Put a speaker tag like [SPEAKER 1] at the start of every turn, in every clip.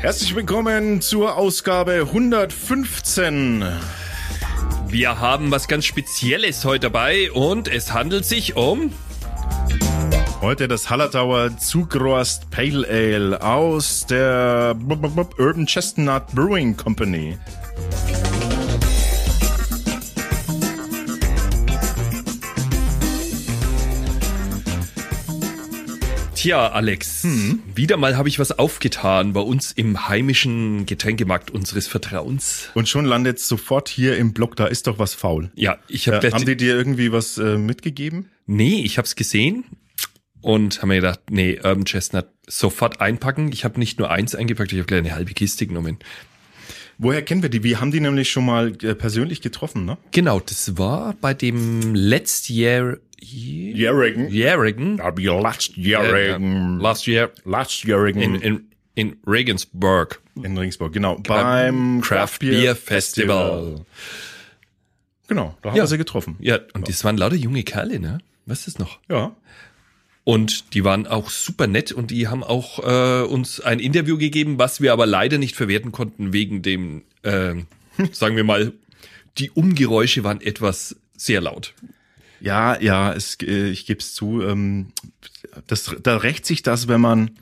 [SPEAKER 1] herzlich willkommen zur Ausgabe 115.
[SPEAKER 2] Wir haben was ganz Spezielles heute dabei und es handelt sich um
[SPEAKER 1] Heute das Hallertauer Zugrost Pale Ale aus der Urban Chestnut Brewing Company.
[SPEAKER 2] Tja, Alex,
[SPEAKER 1] Hm.
[SPEAKER 2] wieder mal habe ich was aufgetan bei uns im heimischen Getränkemarkt unseres Vertrauens.
[SPEAKER 1] Und schon landet sofort hier im Blog, da ist doch was faul.
[SPEAKER 2] Ja, ich
[SPEAKER 1] Ja,
[SPEAKER 2] habe
[SPEAKER 1] haben die dir irgendwie was äh, mitgegeben?
[SPEAKER 2] Nee, ich hab's gesehen und habe mir gedacht, nee, Urban Chestnut sofort einpacken. Ich habe nicht nur eins eingepackt, ich habe gleich eine halbe Kiste genommen.
[SPEAKER 1] Woher kennen wir die? Wir haben die nämlich schon mal äh, persönlich getroffen, ne?
[SPEAKER 2] Genau, das war bei dem letztjährigen
[SPEAKER 1] Jährigen.
[SPEAKER 2] Jährigen
[SPEAKER 1] I'll be last Jährigen.
[SPEAKER 2] Äh, last year
[SPEAKER 1] Last Jährigen.
[SPEAKER 2] in, in, in Regensburg
[SPEAKER 1] In Ringsburg, genau. Beim
[SPEAKER 2] Craft Beer Festival.
[SPEAKER 1] Genau, da haben
[SPEAKER 2] Ja.
[SPEAKER 1] wir sie getroffen.
[SPEAKER 2] Ja, und das waren lauter junge Kerle, ne? Was ist das noch?
[SPEAKER 1] Ja.
[SPEAKER 2] Und die waren auch super nett und die haben auch äh, uns ein Interview gegeben, was wir aber leider nicht verwerten konnten wegen dem, äh, sagen wir mal, die Umgeräusche waren etwas sehr laut.
[SPEAKER 1] Ja, ja, es, äh, ich gebe es zu. Ähm, das, da rächt sich das, wenn man,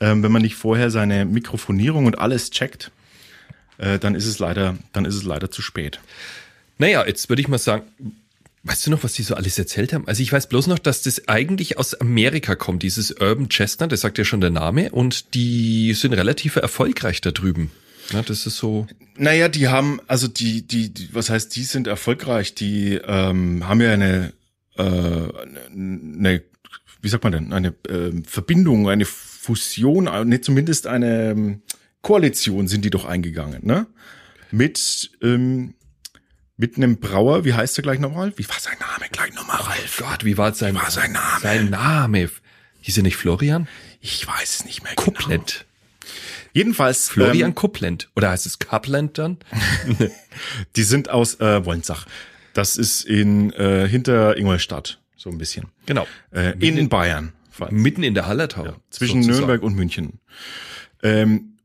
[SPEAKER 1] ähm, wenn man nicht vorher seine Mikrofonierung und alles checkt, äh, dann ist es leider, dann ist es leider zu spät.
[SPEAKER 2] Naja, jetzt würde ich mal sagen, weißt du noch, was die so alles erzählt haben? Also ich weiß bloß noch, dass das eigentlich aus Amerika kommt, dieses Urban Chestnut, das sagt ja schon der Name, und die sind relativ erfolgreich da drüben. Ja, das ist so.
[SPEAKER 1] Naja, die haben, also die, die, die was heißt, die sind erfolgreich, die ähm, haben ja eine, äh, eine, wie sagt man denn, eine ähm, Verbindung, eine Fusion, äh, ne, zumindest eine ähm, Koalition sind die doch eingegangen, ne? Mit, ähm, mit einem Brauer, wie heißt er gleich nochmal? Wie war sein Name gleich nochmal, Ralf?
[SPEAKER 2] Gott, wie war sein,
[SPEAKER 1] war sein Name?
[SPEAKER 2] Sein Name. Hieß er nicht Florian?
[SPEAKER 1] Ich weiß es nicht mehr genau.
[SPEAKER 2] Kuplent.
[SPEAKER 1] Jedenfalls,
[SPEAKER 2] Florian
[SPEAKER 1] ähm,
[SPEAKER 2] Kuplent. Oder heißt es Kapland dann?
[SPEAKER 1] die sind aus äh, Wollensach. Das ist in, äh, hinter Ingolstadt, so ein bisschen.
[SPEAKER 2] Genau.
[SPEAKER 1] Äh, in Bayern. falls-
[SPEAKER 2] Mitten in der Hallertau.
[SPEAKER 1] Zwischen
[SPEAKER 2] sozusagen.
[SPEAKER 1] Nürnberg und München. Ähm,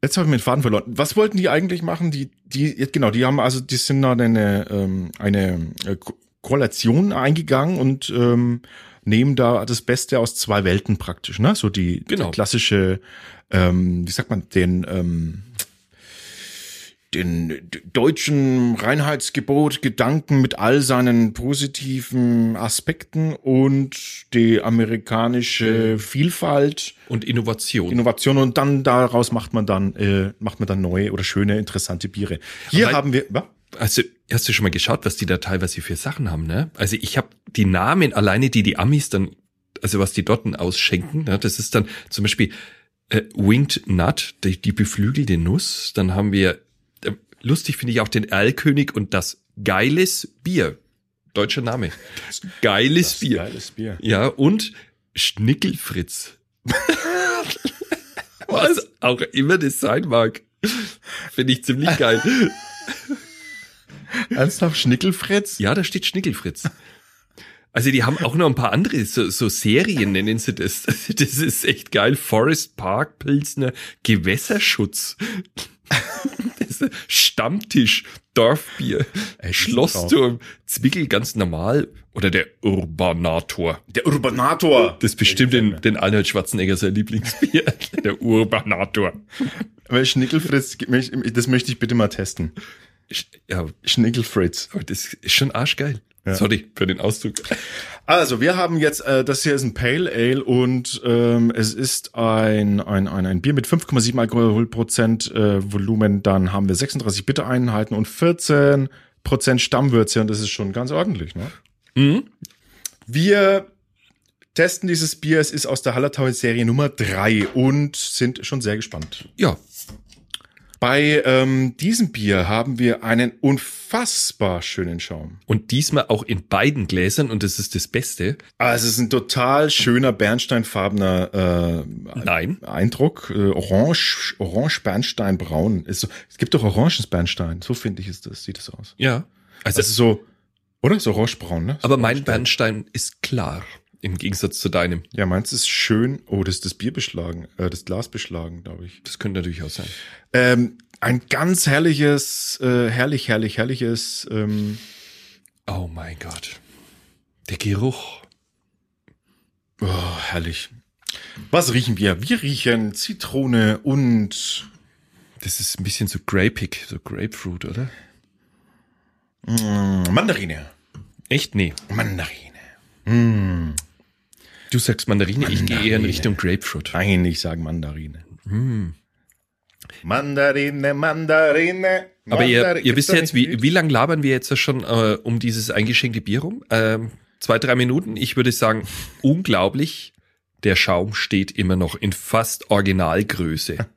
[SPEAKER 1] jetzt habe ich mir den Faden verloren. Was wollten die eigentlich machen? Die, die, ja, genau, die haben also, die sind da eine, ähm, eine äh, Ko- Korrelation eingegangen und ähm, nehmen da das Beste aus zwei Welten praktisch, ne? So die,
[SPEAKER 2] Genau.
[SPEAKER 1] die klassische, ähm, wie sagt man, den, ähm, den d- deutschen Reinheitsgebot Gedanken mit all seinen positiven Aspekten und die amerikanische Vielfalt,
[SPEAKER 2] Und Innovation.
[SPEAKER 1] Innovation und dann daraus macht man dann äh, macht man dann neue oder schöne interessante Biere. Hier
[SPEAKER 2] Aber-
[SPEAKER 1] haben wir wa?
[SPEAKER 2] Also, hast du schon mal geschaut, was die da teilweise für Sachen haben, ne? Also, ich habe die Namen alleine, die die Amis dann, also was die Dotten ausschenken, ne? das ist dann zum Beispiel äh, Winged Nut, die, die beflügelte Nuss. Dann haben wir, äh, lustig finde ich auch den Erlkönig und das Geiles Bier. Deutscher Name. Geiles Bier.
[SPEAKER 1] Geiles Bier.
[SPEAKER 2] Ja, und Schnickelfritz. Was? auch immer das sein mag. Finde ich ziemlich geil.
[SPEAKER 1] Ernsthaft Schnickelfritz?
[SPEAKER 2] Ja, da steht Schnickelfritz. Also die haben auch noch ein paar andere, so, so Serien nennen sie das. Das ist echt geil. Forest Park, Pilsner, Gewässerschutz. Das Stammtisch, Dorfbier,
[SPEAKER 1] Ey,
[SPEAKER 2] Schlossturm, Zwickel ganz normal oder der Urbanator.
[SPEAKER 1] Der Urbanator.
[SPEAKER 2] Das ist bestimmt den, den Arnold Schwarzenegger sein Lieblingsbier. Der Urbanator.
[SPEAKER 1] Weil Schnickelfritz, das möchte ich bitte mal testen.
[SPEAKER 2] Ich- Ja,
[SPEAKER 1] Schnickelfritz.
[SPEAKER 2] aber das ist schon arschgeil. Sorry für den Ausdruck.
[SPEAKER 1] Also, wir haben jetzt, äh, das hier ist ein Pale Ale und ähm, es ist ein, ein, ein, ein Bier mit 5,7 Alkoholprozent äh, Volumen. Dann haben wir 36 Bittereinheiten und 14 Prozent Stammwürze und das ist schon ganz ordentlich. Ne?
[SPEAKER 2] Mhm.
[SPEAKER 1] Wir testen dieses Bier. Es ist aus der Hallertau Serie Nummer 3 und sind schon sehr gespannt.
[SPEAKER 2] Ja,
[SPEAKER 1] Bei ähm, diesem Bier haben wir einen unfassbar schönen Schaum.
[SPEAKER 2] Und diesmal auch in beiden Gläsern und das ist das Beste.
[SPEAKER 1] Ah, es ist ein total schöner bernsteinfarbener äh,
[SPEAKER 2] Nein.
[SPEAKER 1] Eindruck, äh, orange, orange Bernstein braun. Ist so, es gibt doch oranges Bernstein, so finde ich ist das, sieht es aus.
[SPEAKER 2] Ja. Also,
[SPEAKER 1] Das ist so, oder? So orange braun, ne? So
[SPEAKER 2] aber mein
[SPEAKER 1] Orangebraun.
[SPEAKER 2] Bernstein ist klar. Im Gegensatz zu deinem.
[SPEAKER 1] Ja, meins ist schön. Oh, das ist das Bier beschlagen, äh, das Glas beschlagen, glaube ich.
[SPEAKER 2] Das könnte natürlich auch sein.
[SPEAKER 1] Ähm, ein ganz herrliches, äh, herrlich, herrlich, herrliches. Ähm,
[SPEAKER 2] Oh mein Gott. Der Geruch.
[SPEAKER 1] oh, herrlich. Was riechen wir? Wir riechen Zitrone und
[SPEAKER 2] Das ist ein bisschen so grapig, so Grapefruit, oder?
[SPEAKER 1] mh, Mandarine.
[SPEAKER 2] Echt? Nee.
[SPEAKER 1] Mandarine.
[SPEAKER 2] Du sagst Mandarine, ich gehe eher in
[SPEAKER 1] Mandarine.
[SPEAKER 2] Richtung Grapefruit.
[SPEAKER 1] Nein, ich sage Mandarine.
[SPEAKER 2] Mm.
[SPEAKER 1] Mandarine, Mandarine.
[SPEAKER 2] Aber ihr,
[SPEAKER 1] Mandar-
[SPEAKER 2] ihr wisst ja
[SPEAKER 1] Gibt's
[SPEAKER 2] jetzt,
[SPEAKER 1] da nicht
[SPEAKER 2] wie, wie lang labern wir jetzt schon äh, um dieses eingeschenkte Bier rum? Ähm, zwei, drei Minuten. Ich würde sagen, unglaublich, der Schaum steht immer noch in fast Originalgröße.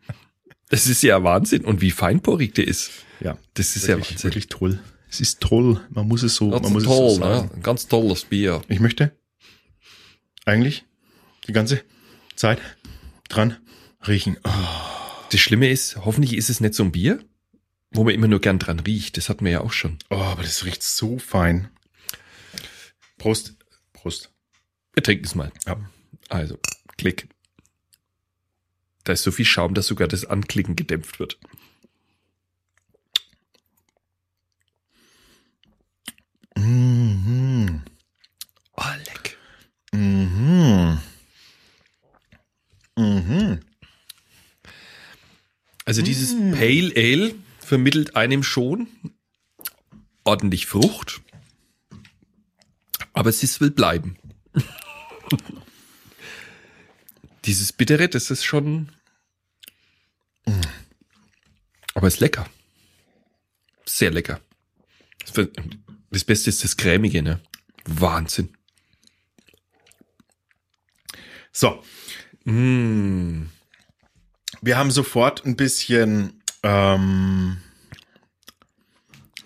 [SPEAKER 2] Das ist ja Wahnsinn. Und wie feinporig der ist.
[SPEAKER 1] Ja,
[SPEAKER 2] Das ist ja
[SPEAKER 1] wirklich,
[SPEAKER 2] Wahnsinn.
[SPEAKER 1] wirklich toll. Es ist toll. Man muss es so,
[SPEAKER 2] Ganz
[SPEAKER 1] man muss
[SPEAKER 2] toll,
[SPEAKER 1] es so sagen.
[SPEAKER 2] ne? Ein ganz tolles Bier.
[SPEAKER 1] Ich möchte eigentlich die ganze Zeit dran riechen. Oh,
[SPEAKER 2] Das Schlimme ist, hoffentlich ist es nicht so ein Bier, wo man immer nur gern dran riecht. Das hatten wir ja auch schon.
[SPEAKER 1] oh, aber das riecht so fein. Prost. Prost.
[SPEAKER 2] Wir trinken es mal.
[SPEAKER 1] Ja.
[SPEAKER 2] Also, klick. Da ist so viel Schaum, dass sogar das Anklicken gedämpft wird.
[SPEAKER 1] Mhm.
[SPEAKER 2] Oh, leck.
[SPEAKER 1] Mhm. Mhm.
[SPEAKER 2] Also dieses Pale Ale vermittelt einem schon ordentlich Frucht, aber es will bleiben. dieses Bittere, das ist schon... Aber es ist lecker. Sehr lecker. Das Beste ist das Cremige, ne? Wahnsinn.
[SPEAKER 1] So,
[SPEAKER 2] Mm.
[SPEAKER 1] wir haben sofort ein bisschen, ähm,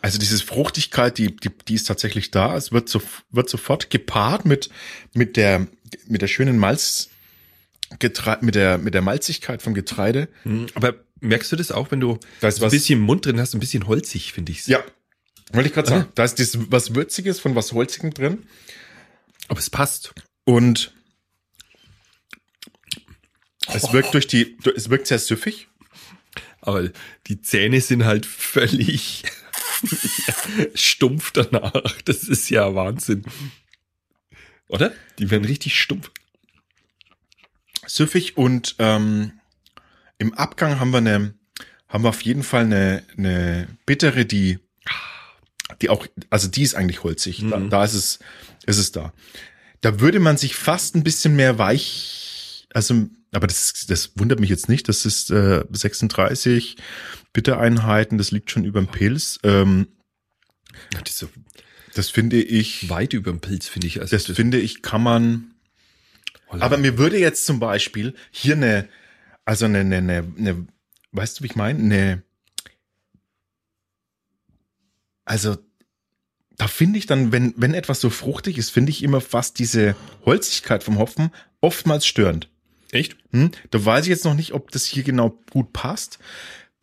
[SPEAKER 1] also diese Fruchtigkeit, die, die, die ist tatsächlich da. Es wird, so, wird sofort gepaart mit, mit, der, mit der schönen Malz, Getre mit, der, mit der Malzigkeit vom Getreide.
[SPEAKER 2] Mm, Aber merkst du das auch, wenn du
[SPEAKER 1] Da ist
[SPEAKER 2] so ein
[SPEAKER 1] was-
[SPEAKER 2] bisschen im Mund drin hast, ein bisschen holzig, finde ich
[SPEAKER 1] Ja, wollte ich gerade sagen. Da ist das, was Würziges von was Holzigem drin.
[SPEAKER 2] Aber es passt.
[SPEAKER 1] Und es wirkt durch die, es wirkt sehr süffig.
[SPEAKER 2] Aber die Zähne sind halt völlig stumpf danach. Das ist ja Wahnsinn. Oder? Die werden richtig stumpf.
[SPEAKER 1] süffig und ähm, im Abgang haben wir eine, haben wir auf jeden Fall eine, eine bittere, die, die auch, also die ist eigentlich holzig. Da,
[SPEAKER 2] Mhm.
[SPEAKER 1] da ist es, ist es da. Da würde man sich fast ein bisschen mehr weich, also, aber das, das wundert mich jetzt nicht. Das ist äh, 36 Bittereinheiten, das liegt schon über dem Pilz. Ähm,
[SPEAKER 2] Ja, Das ist
[SPEAKER 1] das finde ich,
[SPEAKER 2] ja weit über dem Pilz, finde ich. Also Oh,
[SPEAKER 1] das finde ich, kann man,
[SPEAKER 2] Holla.
[SPEAKER 1] Aber mir würde jetzt zum Beispiel hier eine, also eine, eine, eine, eine weißt du, wie ich meine? Eine, also da finde ich dann, wenn, wenn etwas so fruchtig ist, finde ich immer fast diese Holzigkeit vom Hopfen oftmals störend.
[SPEAKER 2] echt?
[SPEAKER 1] Hm? Da weiß ich jetzt noch nicht, ob das hier genau gut passt.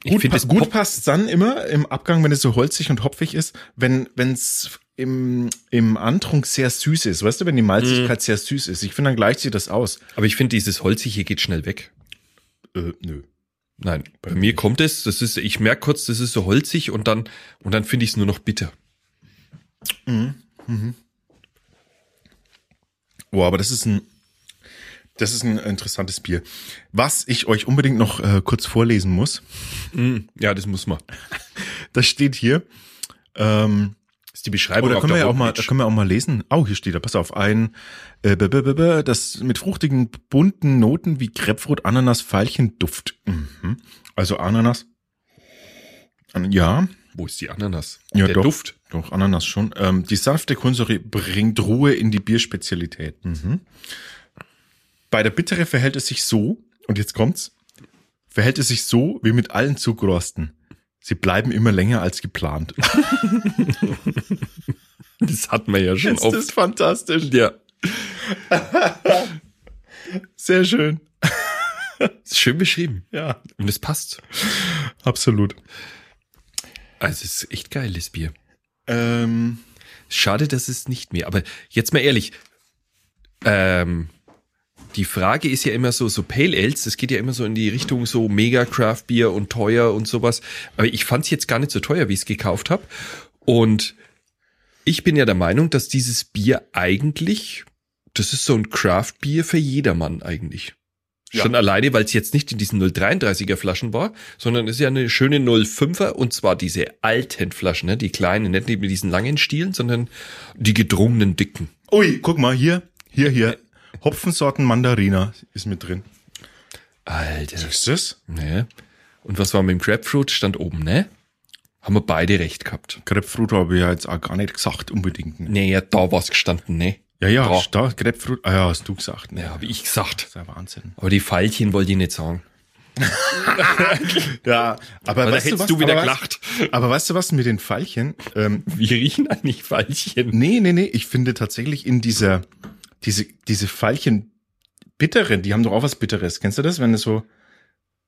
[SPEAKER 2] Ich
[SPEAKER 1] Gut,
[SPEAKER 2] finde,
[SPEAKER 1] pa
[SPEAKER 2] es
[SPEAKER 1] gut
[SPEAKER 2] poppt.
[SPEAKER 1] passt dann immer im Abgang, wenn es so holzig und hopfig ist, wenn es im, im Antrunk sehr süß ist. Weißt du, wenn die Malzigkeit sehr süß ist. Ich finde, dann gleicht sie das aus.
[SPEAKER 2] Aber ich finde, dieses Holzige geht schnell weg.
[SPEAKER 1] Äh, nö.
[SPEAKER 2] Nein,
[SPEAKER 1] Bei
[SPEAKER 2] bei,
[SPEAKER 1] mir
[SPEAKER 2] mir
[SPEAKER 1] nicht.
[SPEAKER 2] kommt es. Das ist, ich merke kurz, das ist so holzig und dann, und dann finde ich es nur noch bitter.
[SPEAKER 1] Boah, Oh, aber das ist ein, das ist ein interessantes Bier. Was ich euch unbedingt noch äh, kurz vorlesen muss,
[SPEAKER 2] Mm, ja, das muss man.
[SPEAKER 1] das steht hier. Ähm,
[SPEAKER 2] Das ist die Beschreibung.
[SPEAKER 1] oh, da
[SPEAKER 2] auf
[SPEAKER 1] können wir
[SPEAKER 2] der
[SPEAKER 1] ja auch mal, da
[SPEAKER 2] Homepage.
[SPEAKER 1] können wir auch mal lesen. Oh, hier steht da, pass auf, ein äh, b -b -b -b, das mit fruchtigen, bunten Noten wie Grapefruit, Ananas, Veilchenduft. Mhm. Also Ananas. An- Ja,
[SPEAKER 2] Wo ist die Ananas?
[SPEAKER 1] Ja,
[SPEAKER 2] der
[SPEAKER 1] doch.
[SPEAKER 2] Duft.
[SPEAKER 1] Doch, Ananas schon. Ähm, die sanfte Konsorie bringt Ruhe in die Bierspezialität. Mhm. Bei der Bittere verhält es sich so, und jetzt kommt's, verhält es sich so wie mit allen Zugrosten. Sie bleiben immer länger als geplant.
[SPEAKER 2] Das hatten wir ja schon oft.
[SPEAKER 1] fantastisch.
[SPEAKER 2] ja.
[SPEAKER 1] Sehr schön.
[SPEAKER 2] Ist Schön beschrieben.
[SPEAKER 1] Ja,
[SPEAKER 2] Und es passt.
[SPEAKER 1] absolut.
[SPEAKER 2] Also es ist echt geiles Bier.
[SPEAKER 1] Ähm,
[SPEAKER 2] Schade, dass es nicht mehr. Aber jetzt mal ehrlich. ähm, die Frage ist ja immer so, so Pale Ales, das geht ja immer so in die Richtung so mega Craft Bier und teuer und sowas. Aber ich fand es jetzt gar nicht so teuer, wie ich es gekauft habe. Und ich bin ja der Meinung, dass dieses Bier eigentlich, das ist so ein Craft Bier für jedermann eigentlich.
[SPEAKER 1] Ja.
[SPEAKER 2] Schon alleine, weil es jetzt nicht in diesen 0,33er Flaschen war, sondern es ist ja eine schöne 0,5er und zwar diese alten Flaschen, ne? die kleinen, nicht mit diesen langen Stielen, sondern die gedrungenen dicken.
[SPEAKER 1] Ui, guck mal, hier, hier, hier. Hopfensorten Mandarina ist mit drin.
[SPEAKER 2] Alter.
[SPEAKER 1] Ist das?
[SPEAKER 2] Ne? Und was war mit dem Grapefruit? Stand oben, ne? Haben wir beide recht gehabt.
[SPEAKER 1] Grapefruit habe ich ja jetzt auch gar nicht gesagt unbedingt. Ne?
[SPEAKER 2] Nee, ja, da war's gestanden, ne?
[SPEAKER 1] Ja, ja,
[SPEAKER 2] Da.
[SPEAKER 1] da, Grapefruit, ah ja, hast du gesagt. Ne?
[SPEAKER 2] Ja, habe ich gesagt.
[SPEAKER 1] Das ist ja Wahnsinn.
[SPEAKER 2] Aber die Pfeilchen wollte ich nicht sagen.
[SPEAKER 1] Ja, aber
[SPEAKER 2] Aber da
[SPEAKER 1] weißt
[SPEAKER 2] hättest
[SPEAKER 1] was,
[SPEAKER 2] du wieder
[SPEAKER 1] aber
[SPEAKER 2] gelacht.
[SPEAKER 1] Weißt, aber weißt du was mit den Veilchen? Ähm,
[SPEAKER 2] Wir riechen eigentlich Pfeilchen.
[SPEAKER 1] nee, nee, nee, ich finde tatsächlich in dieser, diese, diese Veilchen bitteren, die haben doch auch was Bitteres. Kennst du das, wenn es so,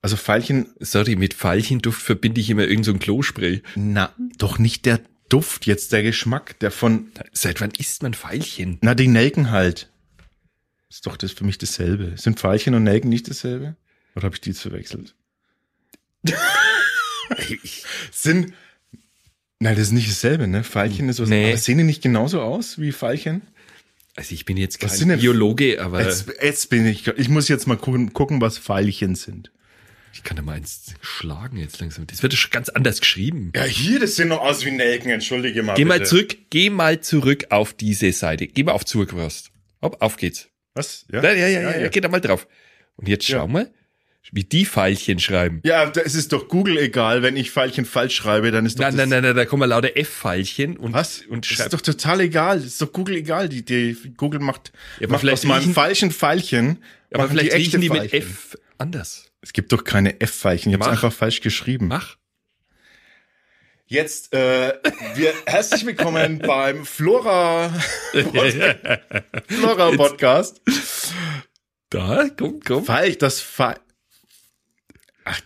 [SPEAKER 1] also Veilchen,
[SPEAKER 2] Sorry, mit Pfeilchenduft verbinde ich immer irgend so ein Klospray.
[SPEAKER 1] na, doch nicht der Duft jetzt, der Geschmack, der von,
[SPEAKER 2] Seit wann isst man Pfeilchen?
[SPEAKER 1] na, die Nelken halt. Ist doch das für mich dasselbe. Sind Veilchen und Nelken nicht dasselbe? Oder habe ich die jetzt verwechselt? Sind, nein, das ist nicht dasselbe, ne? Veilchen ist was,
[SPEAKER 2] Nee.
[SPEAKER 1] aber sehen die nicht genauso aus wie Veilchen?
[SPEAKER 2] Also ich bin jetzt
[SPEAKER 1] Was sind
[SPEAKER 2] kein
[SPEAKER 1] denn-
[SPEAKER 2] Biologe, aber
[SPEAKER 1] Jetzt, jetzt bin ich, ich muss jetzt mal gucken, gucken was Veilchen sind.
[SPEAKER 2] ich kann da mal eins schlagen jetzt langsam. Das wird schon ganz anders geschrieben.
[SPEAKER 1] Ja, hier, das sehen noch aus wie Nelken, entschuldige mal.
[SPEAKER 2] Geh mal zurück, geh mal zurück auf diese Seite. Geh mal auf Zugwurst. Hopp, auf geht's.
[SPEAKER 1] Was?
[SPEAKER 2] Ja, ja, ja, ja, ja. geht da mal drauf. Und jetzt
[SPEAKER 1] Ja.
[SPEAKER 2] schau mal, wie die Pfeilchen schreiben.
[SPEAKER 1] Ja, da ist es doch Google egal, wenn ich Veilchen falsch schreibe, dann ist doch
[SPEAKER 2] Nein,
[SPEAKER 1] das,
[SPEAKER 2] nein, nein, nein, da kommen lauter F-Pfeilchen und,
[SPEAKER 1] Was?
[SPEAKER 2] und
[SPEAKER 1] das ist
[SPEAKER 2] schreibt.
[SPEAKER 1] doch total egal. Das ist doch Google egal. Die, die Google macht,
[SPEAKER 2] Ja, aber
[SPEAKER 1] macht
[SPEAKER 2] vielleicht
[SPEAKER 1] aus meinem
[SPEAKER 2] riechen-
[SPEAKER 1] falschen Veilchen.
[SPEAKER 2] Aber
[SPEAKER 1] machen
[SPEAKER 2] vielleicht riechen die mit
[SPEAKER 1] Veilchen.
[SPEAKER 2] F anders.
[SPEAKER 1] Es gibt doch keine F-Veilchen. Ich hab's
[SPEAKER 2] Mach.
[SPEAKER 1] einfach falsch geschrieben.
[SPEAKER 2] Mach.
[SPEAKER 1] Jetzt, äh, wir, herzlich willkommen beim Flora, Flora Podcast.
[SPEAKER 2] Da, komm, komm.
[SPEAKER 1] Falsch, das Fa Ach,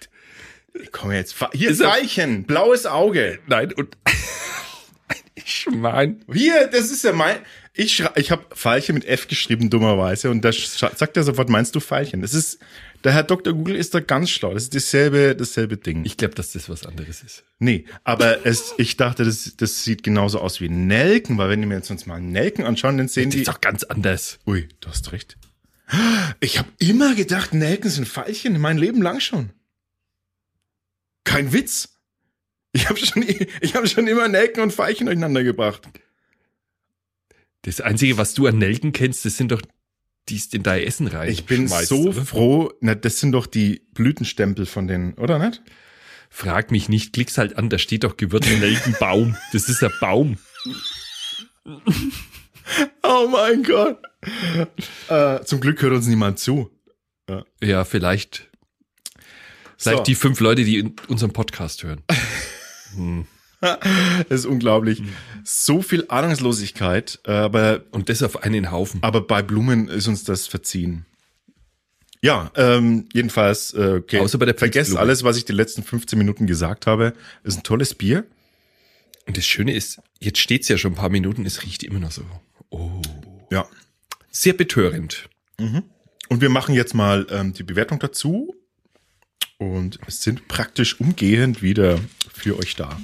[SPEAKER 1] ich komme jetzt. Fa Hier,
[SPEAKER 2] Ist er-
[SPEAKER 1] Zeichen, blaues Auge.
[SPEAKER 2] Nein, und ich mein,
[SPEAKER 1] Hier, das ist ja mein. Ich, schrei- ich habe Veilchen mit F geschrieben, dummerweise. Und da sch- sagt er sofort, meinst du Veilchen? Das ist, der Herr Dr. Google ist da ganz schlau. Das ist dasselbe, dasselbe Ding.
[SPEAKER 2] ich glaube, dass das was anderes ist.
[SPEAKER 1] nee, aber es, ich dachte, das, das sieht genauso aus wie Nelken, weil wenn wir jetzt uns mal Nelken anschauen, dann sehen
[SPEAKER 2] Das
[SPEAKER 1] die.
[SPEAKER 2] ist doch ganz anders.
[SPEAKER 1] Ui, du hast recht. Ich habe immer gedacht, Nelken sind Veilchen, mein Leben lang schon. Kein Witz. Ich habe schon, ich hab schon immer Nelken und Veilchen durcheinander gebracht.
[SPEAKER 2] Das Einzige, was du an Nelken kennst, das sind doch, die es in dein Essen rein.
[SPEAKER 1] Ich bin
[SPEAKER 2] schmeißt,
[SPEAKER 1] so
[SPEAKER 2] oder?
[SPEAKER 1] froh. Na, das sind doch die Blütenstempel von den, oder nicht?
[SPEAKER 2] Frag mich nicht, klick's halt an, da steht doch Gewürze Nelkenbaum. Das ist ein Baum.
[SPEAKER 1] Oh mein Gott. Äh, zum Glück hört uns niemand zu.
[SPEAKER 2] Ja, vielleicht Vielleicht
[SPEAKER 1] So,
[SPEAKER 2] die fünf Leute, die in unseren Podcast hören.
[SPEAKER 1] das ist unglaublich.
[SPEAKER 2] Mhm.
[SPEAKER 1] So viel Ahnungslosigkeit, äh, aber,
[SPEAKER 2] Und das auf einen Haufen.
[SPEAKER 1] aber bei Blumen ist uns das verziehen. Ja, ähm, jedenfalls, äh, okay.
[SPEAKER 2] Außer bei der
[SPEAKER 1] Vergesst
[SPEAKER 2] Pilzblume.
[SPEAKER 1] alles, was ich die letzten 15 Minuten gesagt habe. Ist ein tolles Bier.
[SPEAKER 2] Und das Schöne ist, jetzt steht's ja schon ein paar Minuten, es riecht immer noch so. Oh.
[SPEAKER 1] Ja.
[SPEAKER 2] Sehr betörend.
[SPEAKER 1] Und wir machen jetzt mal ähm, die Bewertung dazu und sind praktisch umgehend wieder für euch da.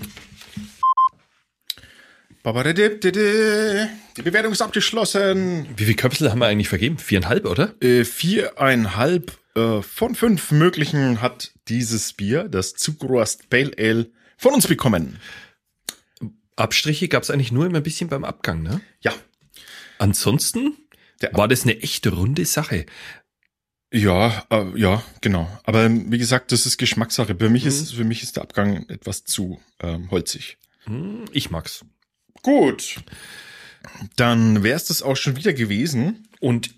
[SPEAKER 1] Babadidibdidi. Die Bewertung ist abgeschlossen.
[SPEAKER 2] Wie viele Köpsel haben wir eigentlich vergeben? Viereinhalb, oder?
[SPEAKER 1] Äh, viereinhalb äh, von fünf möglichen hat dieses Bier, das Zuckerrost Pale Ale, von uns bekommen.
[SPEAKER 2] Abstriche gab's eigentlich nur immer ein bisschen beim Abgang, ne?
[SPEAKER 1] Ja.
[SPEAKER 2] Ansonsten
[SPEAKER 1] Der-
[SPEAKER 2] war das eine echte runde Sache.
[SPEAKER 1] Ja, äh, ja, genau. Aber ähm, wie gesagt, das ist Geschmackssache. Für mich, ist, für mich ist der Abgang etwas zu ähm, holzig.
[SPEAKER 2] Hm, Ich mag's.
[SPEAKER 1] Gut. Dann wäre es das auch schon wieder gewesen.
[SPEAKER 2] Und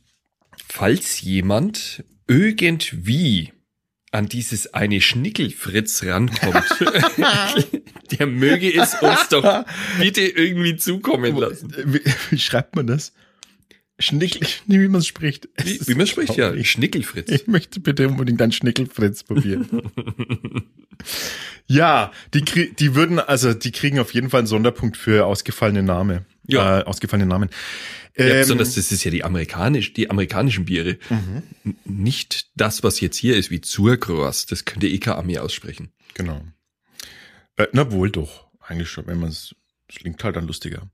[SPEAKER 2] falls jemand irgendwie an dieses eine Schnickelfritz rankommt, der möge es uns doch bitte irgendwie zukommen lassen.
[SPEAKER 1] äh, Wie, wie schreibt man das? Schnickel, wie man es spricht. Es
[SPEAKER 2] Wie,
[SPEAKER 1] ist
[SPEAKER 2] wie man spricht, ja,
[SPEAKER 1] unglaublich.
[SPEAKER 2] Schnickelfritz.
[SPEAKER 1] Ich möchte bitte unbedingt einen Schnickelfritz probieren. ja, die, krie- die würden, also die kriegen auf jeden Fall einen Sonderpunkt für ausgefallene Name. Ja. Äh, ausgefallene Namen. Ähm,
[SPEAKER 2] Ja, besonders das ist ja die amerikanisch, die amerikanischen Biere. Mhm. N- Nicht das, was jetzt hier ist, wie Zurgroas. Das könnte eh kein Ami aussprechen.
[SPEAKER 1] Genau. Äh, na wohl doch, eigentlich schon, wenn man es. Das klingt halt dann lustiger.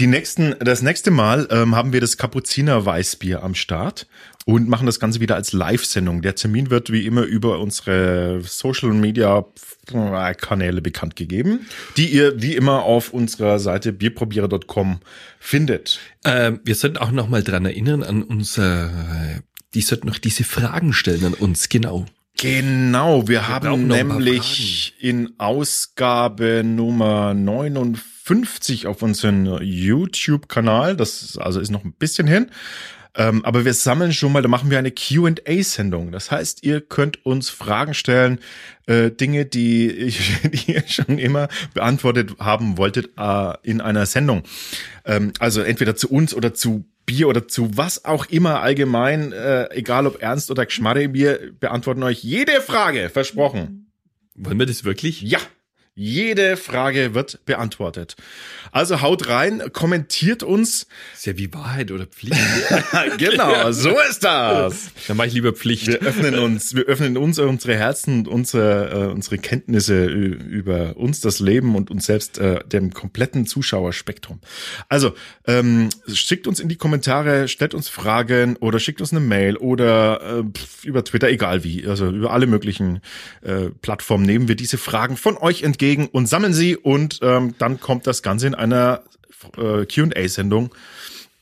[SPEAKER 1] Die nächsten, das nächste Mal ähm, haben wir das Kapuziner Weißbier am Start und machen das Ganze wieder als Live-Sendung. Der Termin wird wie immer über unsere Social Media äh, Kanäle bekannt gegeben, die ihr wie immer auf unserer Seite bierprobierer.com findet.
[SPEAKER 2] Ähm, wir sollten auch nochmal dran erinnern an unser, die sollten noch diese Fragen stellen an uns, genau.
[SPEAKER 1] Genau, wir haben
[SPEAKER 2] brauchen noch ein paar
[SPEAKER 1] nämlich in Ausgabe Nummer 59 auf unserem YouTube-Kanal, das ist, also ist noch ein bisschen hin, ähm, aber wir sammeln schon mal, da machen wir eine Q&A-Sendung. Das heißt, ihr könnt uns Fragen stellen, äh, Dinge, die, ich, die ihr schon immer beantwortet haben wolltet äh, in einer Sendung. Ähm, also entweder zu uns oder zu Bier oder zu was auch immer allgemein, äh, egal ob ernst oder Geschmarre, wir beantworten euch jede Frage, versprochen.
[SPEAKER 2] Wollen wir das wirklich?
[SPEAKER 1] Ja. Jede Frage wird beantwortet. Also haut rein, kommentiert uns.
[SPEAKER 2] Ist ja wie Wahrheit oder Pflicht.
[SPEAKER 1] genau, so ist das.
[SPEAKER 2] Dann mache ich lieber Pflicht.
[SPEAKER 1] Wir öffnen uns, wir öffnen uns äh, unsere Herzen und unsere, äh, unsere Kenntnisse ü- über uns, das Leben und uns selbst, äh, dem kompletten Zuschauerspektrum. Also ähm, schickt uns in die Kommentare, stellt uns Fragen oder schickt uns eine Mail oder äh, pf, über Twitter, egal wie, also über alle möglichen äh, Plattformen nehmen wir diese Fragen von euch entgegen und sammeln sie und ähm, dann kommt das Ganze in einer äh, Q&A-Sendung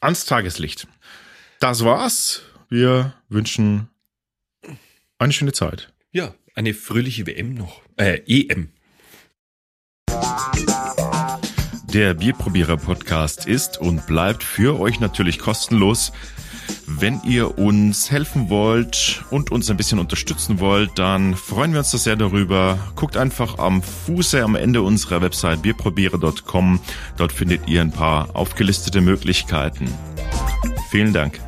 [SPEAKER 1] ans Tageslicht. Das war's. Wir wünschen eine schöne Zeit.
[SPEAKER 2] Ja, eine fröhliche WM noch. Äh, EM.
[SPEAKER 3] Der Bierprobierer-Podcast ist und bleibt für euch natürlich kostenlos. Wenn ihr uns helfen wollt und uns ein bisschen unterstützen wollt, dann freuen wir uns da sehr darüber. Guckt einfach am Fuße am Ende unserer Website bierprobierer.com. Dort findet ihr ein paar aufgelistete Möglichkeiten. Vielen Dank.